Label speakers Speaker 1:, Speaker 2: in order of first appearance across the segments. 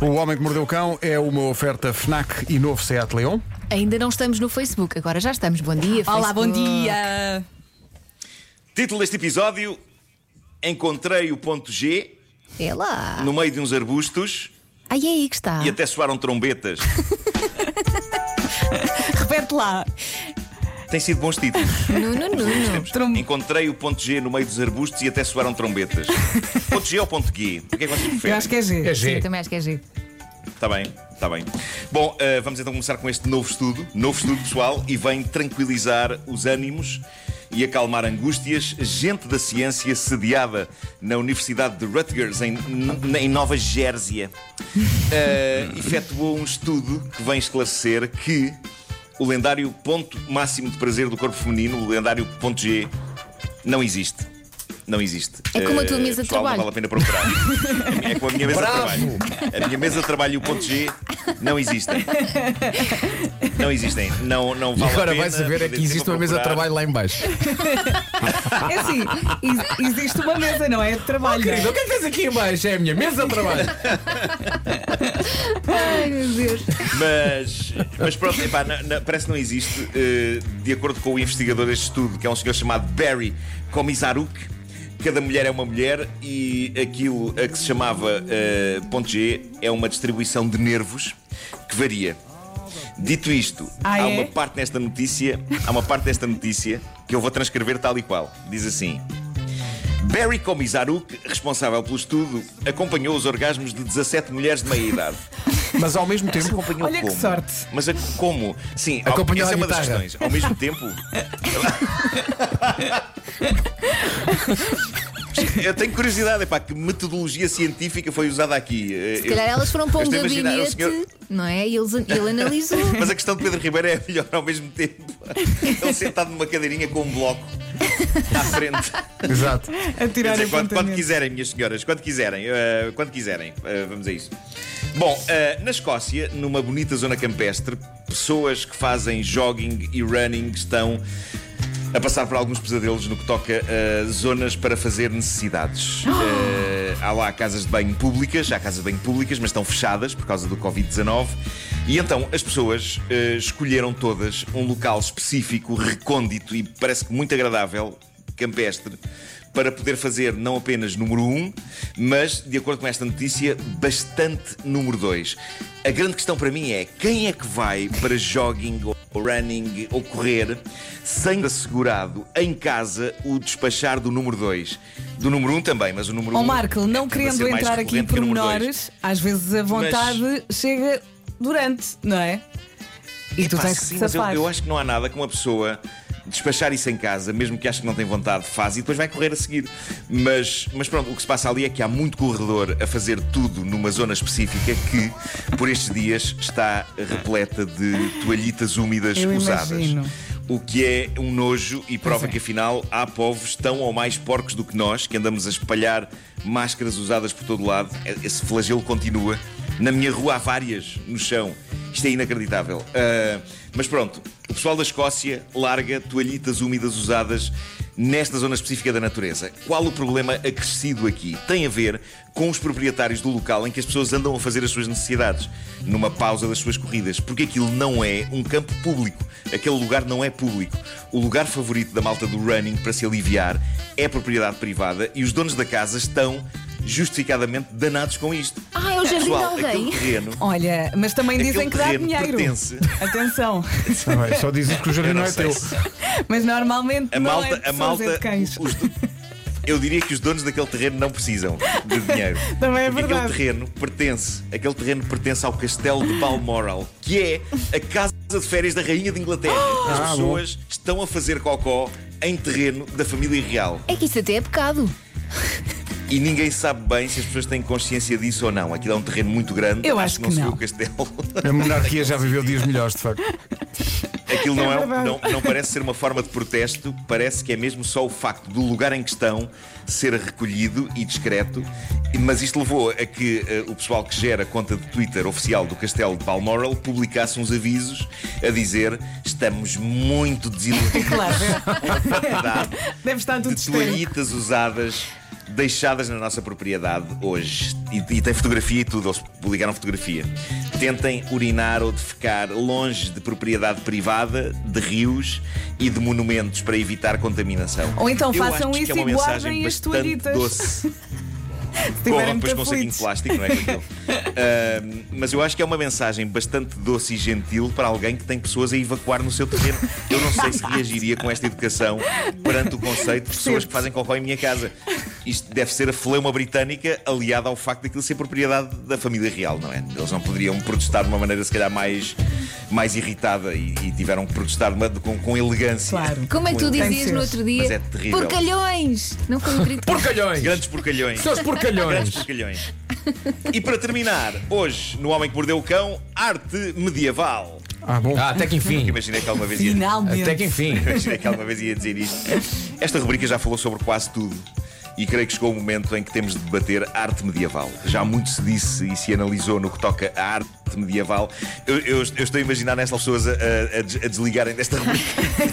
Speaker 1: O Homem que Mordeu o Cão é uma oferta FNAC e novo Seat Leon.
Speaker 2: Ainda não estamos no Facebook, agora já estamos. Bom dia,
Speaker 3: Olá, bom
Speaker 2: Facebook.
Speaker 3: dia!
Speaker 4: Título deste episódio: Encontrei o ponto G
Speaker 2: É lá.
Speaker 4: no meio de uns arbustos
Speaker 2: Aí é aí que está.
Speaker 4: e até soaram trombetas.
Speaker 3: Repete lá.
Speaker 4: Tem sido bons títulos.
Speaker 2: Nuno, Nuno.
Speaker 3: Trom-
Speaker 4: Encontrei o ponto G no meio dos arbustos e até soaram trombetas. Ponto G ou ponto G? O que é que vocês preferem?
Speaker 3: Eu acho que é G.
Speaker 2: Sim, também acho que é giro.
Speaker 4: Está Tá bem, está bem. Bom, eh, vamos então começar com este novo estudo, novo estudo pessoal, e vem tranquilizar os ânimos e acalmar angústias. Gente da ciência sediada na Universidade de Rutgers, em, n- em Nova Gérzia, eh, efetuou um estudo que vem esclarecer que o lendário ponto máximo de prazer do corpo feminino, o lendário ponto G, não existe. Não existe.
Speaker 2: É como a tua
Speaker 4: Eh,
Speaker 2: mesa de
Speaker 4: pessoal,
Speaker 2: trabalho.
Speaker 4: Não vale a pena procurar. É com a minha mesa de trabalho. A minha mesa de trabalho e o ponto G não existem. Não existem. Não, não vale a
Speaker 5: Agora
Speaker 4: pena.
Speaker 5: vai saber é
Speaker 4: podem
Speaker 5: que
Speaker 4: sempre
Speaker 5: existe uma mesa de
Speaker 4: procurar.
Speaker 5: trabalho lá em baixo.
Speaker 3: É assim, ex- existe uma mesa, não é? De trabalho. não é?
Speaker 5: que é que tens aqui em baixo? É a minha mesa de trabalho.
Speaker 2: Ai, meu Deus.
Speaker 4: Mas, mas pronto, epá, na- na- parece que não existe. eh, de acordo com o investigador deste estudo, que é um senhor chamado Barry Komizaruk, cada mulher é uma mulher e aquilo a que se chamava eh, ponto G é uma distribuição de nervos que varia. Dito isto,
Speaker 3: Ah,
Speaker 4: há
Speaker 3: é?
Speaker 4: uma parte nesta notícia, há uma parte desta notícia que eu vou transcrever tal e qual. Diz assim: Barry Komizaruk, responsável pelo estudo, acompanhou os orgasmos de 17 mulheres de meia idade.
Speaker 1: Mas ao mesmo tempo,
Speaker 4: Acompanhou
Speaker 3: Olha que
Speaker 4: como?
Speaker 3: sorte.
Speaker 4: Mas a- como? Sim, ao-
Speaker 5: Acompanhou
Speaker 4: essa
Speaker 5: a
Speaker 4: é uma das
Speaker 5: guitarra.
Speaker 4: questões. Ao mesmo tempo. Eu tenho curiosidade, epá, que metodologia científica foi usada aqui?
Speaker 2: Se calhar elas foram para um
Speaker 4: estou a imaginar, o
Speaker 2: gabinete,
Speaker 4: senhor-
Speaker 2: não é? E eles- ele analisou.
Speaker 4: Mas a questão de Pedro Ribeiro é a melhor ao mesmo tempo. Ele sentado numa cadeirinha com um bloco à frente.
Speaker 1: exato.
Speaker 3: é? A
Speaker 4: Quer
Speaker 3: tirar
Speaker 4: dizer,
Speaker 3: o
Speaker 4: quando, quando
Speaker 3: apontamento.
Speaker 4: quiserem, minhas senhoras, quando quiserem, eh, quando quiserem, eh, vamos a isso. Bom, eh, na Escócia, numa bonita zona campestre, pessoas que fazem jogging e running estão a passar por alguns pesadelos no que toca a zonas para fazer necessidades. Eh, há lá casas de banho públicas, há casas de banho públicas, mas estão fechadas por causa do Covid-19. E então as pessoas eh, escolheram todas um local específico, recôndito e parece que muito agradável, campestre, para poder fazer não apenas número 1, mas, de acordo com esta notícia, bastante número 2. A grande questão para mim é quem é que vai para jogging ou running ou correr sem assegurado em casa o despachar do número 2? Do número 1 também, mas o número é 1.
Speaker 3: Ó Marco, não querendo entrar aqui em pormenores, às vezes a vontade chega durante, não é? E tu
Speaker 4: Pá,
Speaker 3: tens que
Speaker 4: sim,
Speaker 3: te
Speaker 4: mas eu,
Speaker 3: safar.
Speaker 4: eu acho que não há nada que uma pessoa despachar isso em casa, mesmo que ache que não tem vontade, faz e depois vai correr a seguir. Mas, mas pronto, o que se passa ali é que há muito corredor a fazer tudo numa zona específica que, por estes dias, está repleta de toalhitas úmidas
Speaker 3: Eu
Speaker 4: usadas.
Speaker 3: imagino.
Speaker 4: O que é um nojo e prova que afinal há povos tão ou mais porcos do que nós que andamos a espalhar máscaras usadas por todo lado. Esse flagelo continua. Na minha rua há várias no chão. Isto é inacreditável. Ah, mas pronto, o pessoal da Escócia larga toalhitas úmidas usadas nesta zona específica da natureza. Qual o problema acrescido aqui? Tem a ver com os proprietários do local em que as pessoas andam a fazer as suas necessidades, numa pausa das suas corridas, porque aquilo não é um campo público, aquele lugar não é público. O lugar favorito da malta do running para se aliviar é propriedade privada e os donos da casa estão justificadamente danados com isto.
Speaker 2: Ah, é o jardim de
Speaker 4: Pessoal, aquele
Speaker 2: alguém.
Speaker 4: terreno,
Speaker 3: Olha, mas também
Speaker 4: aquele
Speaker 3: dizem que dá
Speaker 4: é terreno
Speaker 3: dinheiro.
Speaker 4: pertence.
Speaker 3: Atenção.
Speaker 1: Está bem, só dizes que o jardim
Speaker 4: Eu
Speaker 1: não
Speaker 4: não
Speaker 1: é
Speaker 4: sei
Speaker 1: teu.
Speaker 4: se-
Speaker 3: Mas normalmente
Speaker 4: A
Speaker 3: não
Speaker 4: malta,
Speaker 3: é de
Speaker 4: a
Speaker 3: pessoas, é de
Speaker 4: malta,
Speaker 3: cães.
Speaker 4: os do- eu diria que os donos daquele terreno não precisam de dinheiro.
Speaker 3: Também é
Speaker 4: porque
Speaker 3: verdade.
Speaker 4: aquele terreno pertence, aquele terreno pertence ao castelo de Balmoral, que é a casa de férias da rainha de Inglaterra. As
Speaker 1: Ah, bom.
Speaker 4: pessoas estão a fazer cocó em terreno da família real.
Speaker 2: É que isso até é pecado.
Speaker 4: E ninguém sabe bem se as pessoas têm consciência disso ou não. Aquilo é um terreno muito grande.
Speaker 3: Eu acho
Speaker 4: acho,
Speaker 3: que
Speaker 4: não
Speaker 3: não.
Speaker 4: se vê o castelo.
Speaker 1: A monarquia já viveu dias melhores, de facto.
Speaker 4: Aquilo não,
Speaker 3: É
Speaker 4: é,
Speaker 3: verdade.
Speaker 4: não, não parece ser uma forma de protesto, parece que é mesmo só o facto do lugar em questão ser recolhido e discreto. Mas isto levou a que eh, o pessoal que gera a conta de Twitter oficial do Castelo de Balmoral publicasse uns avisos a dizer: Estamos muito desiludidos
Speaker 3: Claro,
Speaker 4: com a quantidade
Speaker 3: deve estar tudo
Speaker 4: de
Speaker 3: estranho.
Speaker 4: toalhitas usadas deixadas na nossa propriedade hoje. E, e tem fotografia e tudo, eles publicaram fotografia. Tentem urinar ou defecar longe de propriedade privada, de rios e de monumentos para evitar contaminação.
Speaker 3: Ou então
Speaker 4: Eu
Speaker 3: façam
Speaker 4: acho que
Speaker 3: isso
Speaker 4: é uma
Speaker 3: e
Speaker 4: mensagem
Speaker 3: guardem as
Speaker 4: bastante
Speaker 3: toalhitas.
Speaker 4: Doce.
Speaker 3: Se
Speaker 4: Bom,
Speaker 3: tiverem muito
Speaker 4: depois com um saquinho de
Speaker 3: aflitos.
Speaker 4: plástico, não é com aquilo. Ahm, mas eu acho que é uma mensagem bastante doce e gentil para alguém que tem pessoas a evacuar no seu terreno. Eu não sei se reagiria com esta educação perante o conceito de pessoas que fazem cocó em minha casa. Isto deve ser a fleuma britânica aliada ao facto daquilo ser propriedade da família real, não é? Eles não poderiam protestar de uma maneira, se calhar, mais, mais irritada e, e tiveram que protestar de uma- de- com, com elegância.
Speaker 3: Claro.
Speaker 2: Como é que tu
Speaker 4: Com
Speaker 3: Tem
Speaker 2: dizias
Speaker 3: que
Speaker 2: no
Speaker 3: ser.
Speaker 2: outro dia?
Speaker 4: Mas é terrível.
Speaker 2: Porcalhões! Não foi um grito.
Speaker 5: Porcalhões!
Speaker 4: Grandes porcalhões.
Speaker 5: Seus
Speaker 4: Grandes
Speaker 5: porcalhões!
Speaker 4: porcalhões. E para terminar, hoje, no Homem que Mordeu o Cão, arte medieval.
Speaker 1: Ah, bom.
Speaker 5: Ah, até que enfim!
Speaker 4: Imaginei que alguma vez ia,
Speaker 3: Finalmente.
Speaker 5: Até que enfim!
Speaker 4: imaginei que alguma vez ia dizer isto. Esta rubrica já falou sobre quase tudo. E creio que chegou o momento em que temos de debater a arte medieval. Já muito se disse e se analisou no que toca à arte medieval. Eu, eu- eu estou a imaginar nestas pessoas a, a- a des- a desligarem desta rubrica.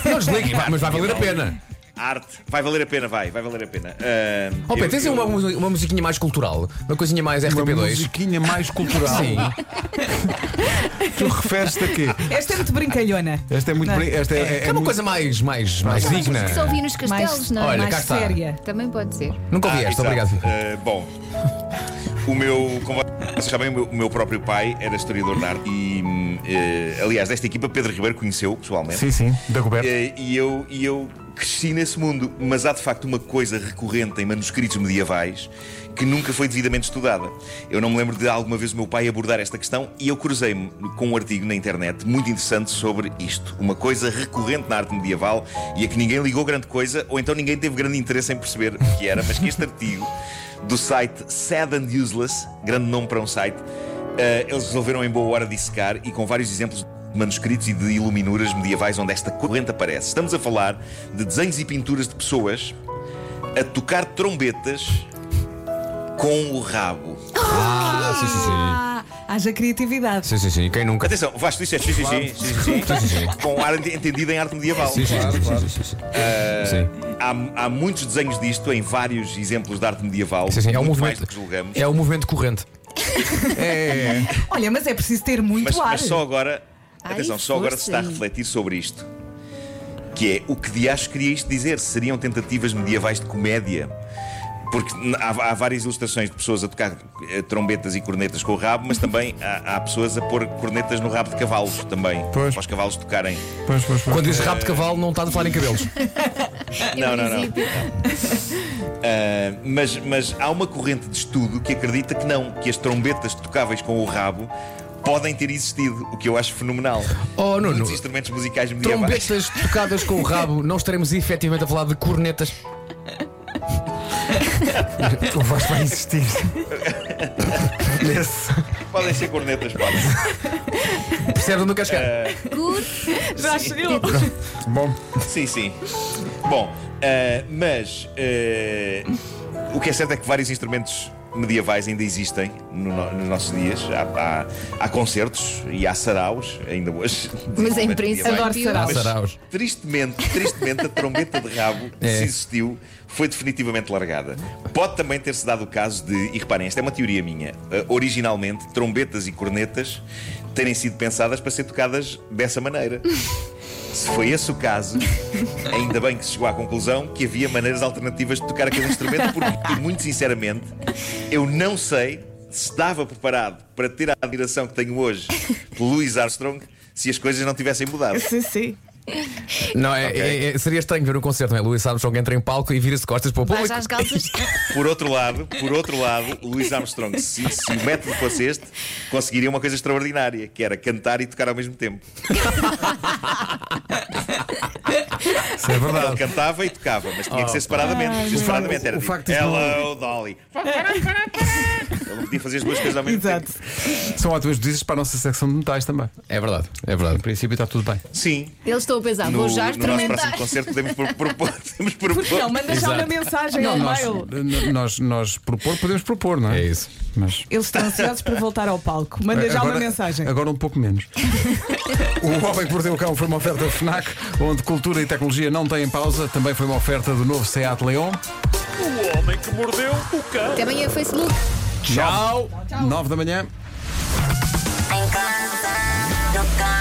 Speaker 5: Não desliguem, pá, mas vai valer a pena!
Speaker 4: A arte. Vai valer a pena, vai, vai valer a pena. Ah,
Speaker 5: Oh, Pedro,
Speaker 4: eu-
Speaker 5: tens aí
Speaker 4: eu-
Speaker 5: uma, mu- uma musiquinha mais cultural, uma coisinha mais
Speaker 1: Uma
Speaker 5: RTP2.
Speaker 1: musiquinha mais cultural.
Speaker 5: Sim.
Speaker 4: É,
Speaker 1: Tu referes-te a quê?
Speaker 3: Esta é muito brincalhona.
Speaker 1: Esta é muito.
Speaker 3: Não.
Speaker 1: brin- Esta é, é- é
Speaker 5: É uma
Speaker 1: muito-
Speaker 5: coisa mais, mais, mais
Speaker 2: Aquelas
Speaker 5: digna.
Speaker 2: que só vi nos castelos,
Speaker 3: Mais,
Speaker 2: não é?
Speaker 5: Olha, cá
Speaker 3: mais
Speaker 5: está.
Speaker 3: séria.
Speaker 2: Também pode ser.
Speaker 5: Nunca ouvi
Speaker 4: Ah,
Speaker 5: esta,
Speaker 4: exato.
Speaker 5: obrigado.
Speaker 4: Eh, bom, o meu. Como vocês sabem, o meu, o meu próprio pai era historiador de arte e, hum, eh, aliás, desta equipa, Pedro Ribeiro conheceu pessoalmente.
Speaker 1: Sim, sim, da Goberta.
Speaker 4: Eh, e, eu, e eu cresci nesse mundo, mas há de facto uma coisa recorrente em manuscritos medievais que nunca foi devidamente estudada. Eu não me lembro de alguma vez o meu pai abordar esta questão e eu cruzei-me com um artigo na internet muito interessante sobre isto. Uma coisa recorrente na arte medieval e a que ninguém ligou grande coisa, ou então ninguém teve grande interesse em perceber o que era, mas que este artigo do site Sad and Useless, grande nome para um site, eh, eles resolveram em boa hora dissecar e com vários exemplos de manuscritos e de iluminuras medievais onde esta corrente aparece. Estamos a falar de desenhos e pinturas de pessoas a tocar trombetas com o rabo.
Speaker 5: Ah, sim, sim, sim.
Speaker 3: Ah, haja criatividade.
Speaker 5: Sim, sim, sim. Quem nunca.
Speaker 4: Atenção, Vasco, isto é xixi,
Speaker 5: Sim, sim, sim.
Speaker 4: com ar ent- entendido em arte medieval.
Speaker 5: Sim, sim, sim, sim, sim, sim.
Speaker 4: Ah,
Speaker 5: Sim.
Speaker 4: Há, há muitos desenhos disto em vários exemplos de arte medieval,
Speaker 5: Sim, sim, É um
Speaker 4: muito mais
Speaker 5: movimento.
Speaker 4: do que julgamos.
Speaker 5: É um movimento corrente.
Speaker 3: Olha, mas é preciso ter muito
Speaker 4: mas,
Speaker 3: ar.
Speaker 4: mas só agora,
Speaker 2: Ai,
Speaker 4: atenção, só agora se está a
Speaker 2: força.
Speaker 4: refletir sobre isto. Que é o que de acho queria isto dizer? Seriam tentativas medievais de comédia? Porque n- há, há várias ilustrações de pessoas a tocar eh, trombetas e cornetas com o rabo, mas também há, há pessoas a pôr cornetas no rabo de cavalos também,
Speaker 1: Pois.
Speaker 4: para os cavalos tocarem.
Speaker 1: Pois, pois, pois.
Speaker 5: Quando diz rabo
Speaker 4: Ah.
Speaker 5: de cavalo, não estás a falar em cabelos.
Speaker 4: Não, não, não.
Speaker 2: Em princípio.
Speaker 4: Uh, mas, mas há uma corrente de estudo que acredita que não, que as trombetas tocáveis com o rabo podem ter existido, o que eu acho fenomenal.
Speaker 5: Oh, Nuno.
Speaker 4: Muitos instrumentos musicais medievais.
Speaker 5: Trombetas tocadas com o rabo, não estaremos efetivamente a falar de cornetas.
Speaker 1: O Vasco vai insistir. Nesse.
Speaker 4: Podem ser cornetas, podem.
Speaker 5: Percebes onde eu quero chegar?
Speaker 4: Ah.
Speaker 2: Good.
Speaker 3: Já
Speaker 4: assim.
Speaker 3: chegou.
Speaker 1: Bom,
Speaker 4: Sim, sim. Bom, eh, mas eh, o que é certo é que vários instrumentos medievais ainda existem no no- nos nossos dias. Há, há- há concertos e há saraus ainda hoje. de
Speaker 2: Mas em
Speaker 4: instrumentos
Speaker 2: princípio.
Speaker 4: medievais.
Speaker 3: Adoro sarau.
Speaker 5: Há saraus.
Speaker 4: Tristemente, tristemente, a trombeta de rabo,
Speaker 5: É.
Speaker 4: se existiu, foi definitivamente largada. Pode também ter-se dado o caso de, e reparem, esta é uma teoria minha, eh, originalmente, trombetas e cornetas terem sido pensadas para ser tocadas dessa maneira. Se foi esse o caso, ainda bem que se chegou à conclusão que havia maneiras alternativas de tocar aquele instrumento, porque, e muito sinceramente, eu não sei se estava preparado para ter a admiração que tenho hoje por Louis Armstrong se as coisas não tivessem mudado.
Speaker 3: Sim, sim.
Speaker 5: Não, é, é- é- seria estranho ver um concerto, não é? Luís Armstrong entra em palco e vira-se de costas para o
Speaker 2: Vais
Speaker 5: público.
Speaker 2: às calças.
Speaker 4: Por outro lado, por outro lado, Louis Armstrong, se, se o método fosse este, conseguiria uma coisa extraordinária, que era cantar e tocar ao mesmo tempo.
Speaker 1: isso é
Speaker 4: Ele
Speaker 1: verdade.
Speaker 4: cantava e tocava, mas tinha que ser separadamente. separadamente era
Speaker 1: o facto de
Speaker 4: tipo, Hello, Dolly. Ele não podia fazer as duas coisas ao mesmo
Speaker 3: Exato.
Speaker 4: tempo.
Speaker 1: São ótimas notícias para a nossa secção de metais também.
Speaker 5: É verdade, é verdade.
Speaker 1: Em princípio está tudo bem.
Speaker 4: Sim.
Speaker 2: Eles estão a pensar,
Speaker 4: No,
Speaker 2: vou
Speaker 4: no
Speaker 2: já
Speaker 4: nosso próximo
Speaker 2: experimentar. é
Speaker 4: concerto podemos pro- propor. Podemos propor.
Speaker 3: Porque não, manda já uma
Speaker 5: Exato.
Speaker 3: mensagem
Speaker 1: Não,
Speaker 3: ao
Speaker 1: nós,
Speaker 3: mail.
Speaker 1: n- nós, nós propor, podemos propor, não é?
Speaker 5: É isso.
Speaker 1: Mas,
Speaker 3: Eles estão ansiosos para voltar ao palco. Manda já uma mensagem.
Speaker 1: Agora um pouco menos. o Homem que Mordeu o Cão foi uma oferta FNAC, onde cultura e tecnologia não têm pausa. Também foi uma oferta do novo SEAT Leon.
Speaker 4: O homem que mordeu o cão.
Speaker 2: Até amanhã, é Facebook.
Speaker 1: Tchau. 9 da manhã.
Speaker 6: Em casa, no carro.